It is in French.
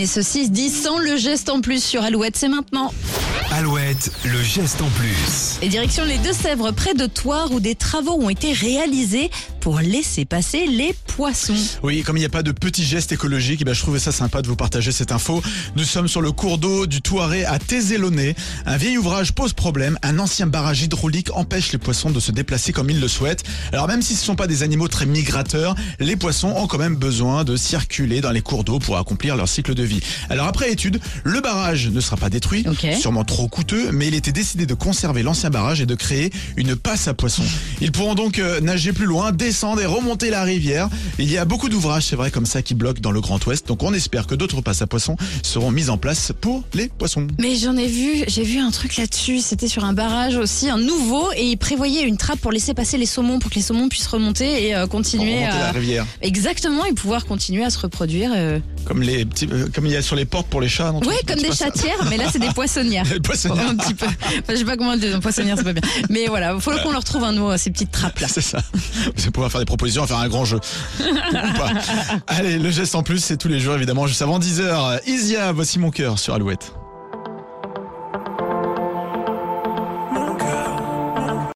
Et ce 6-10 sans le geste en plus sur Alouette, c'est maintenant. Alouette, le geste en plus. Et direction les Deux-Sèvres, près de Toire, où des travaux ont été réalisés pour laisser passer les poissons. Oui, comme il n'y a pas de petits gestes écologiques, eh ben, je trouvais ça sympa de vous partager cette info. Nous sommes sur le cours d'eau du Touaré à Tézélonnet. Un vieil ouvrage pose problème. Un ancien barrage hydraulique empêche les poissons de se déplacer comme ils le souhaitent. Alors même si ce ne sont pas des animaux très migrateurs, les poissons ont quand même besoin de circuler dans les cours d'eau pour accomplir leur cycle de vie. Alors après étude, le barrage ne sera pas détruit, Ok. sûrement trop coûteux, mais il était décidé de conserver l'ancien barrage et de créer une passe à poissons. Ils pourront donc euh, nager plus loin, descendre et remonter la rivière. Il y a beaucoup d'ouvrages, c'est vrai, comme ça, qui bloquent dans le Grand Ouest. Donc on espère que d'autres passes à poissons seront mises en place pour les poissons. Mais j'en ai vu, j'ai vu un truc là-dessus, c'était sur un barrage aussi, un nouveau, et il prévoyait une trappe pour laisser passer les saumons, pour que les saumons puissent remonter et euh, Pour continuer remonter la à... rivière. Exactement, et pouvoir continuer à se reproduire. euh. Comme les petits, euh, comme il y a sur les portes pour les chats. non, tu- Ouais, tu comme des Oh. passes- chatières, mais là c'est des poissonnières. Les poissonnières. un petit peu. Enfin, je sais pas comment le dire, poissonnière c'est pas bien. Mais voilà, faut qu'on leur trouve un mot à ces petites trappes là. C'est ça. Vous allez pouvoir faire des propositions, faire un grand jeu. Ou pas. Allez, le geste en plus, c'est tous les jours, évidemment, juste avant 10h. Isia, voici mon cœur sur Alouette.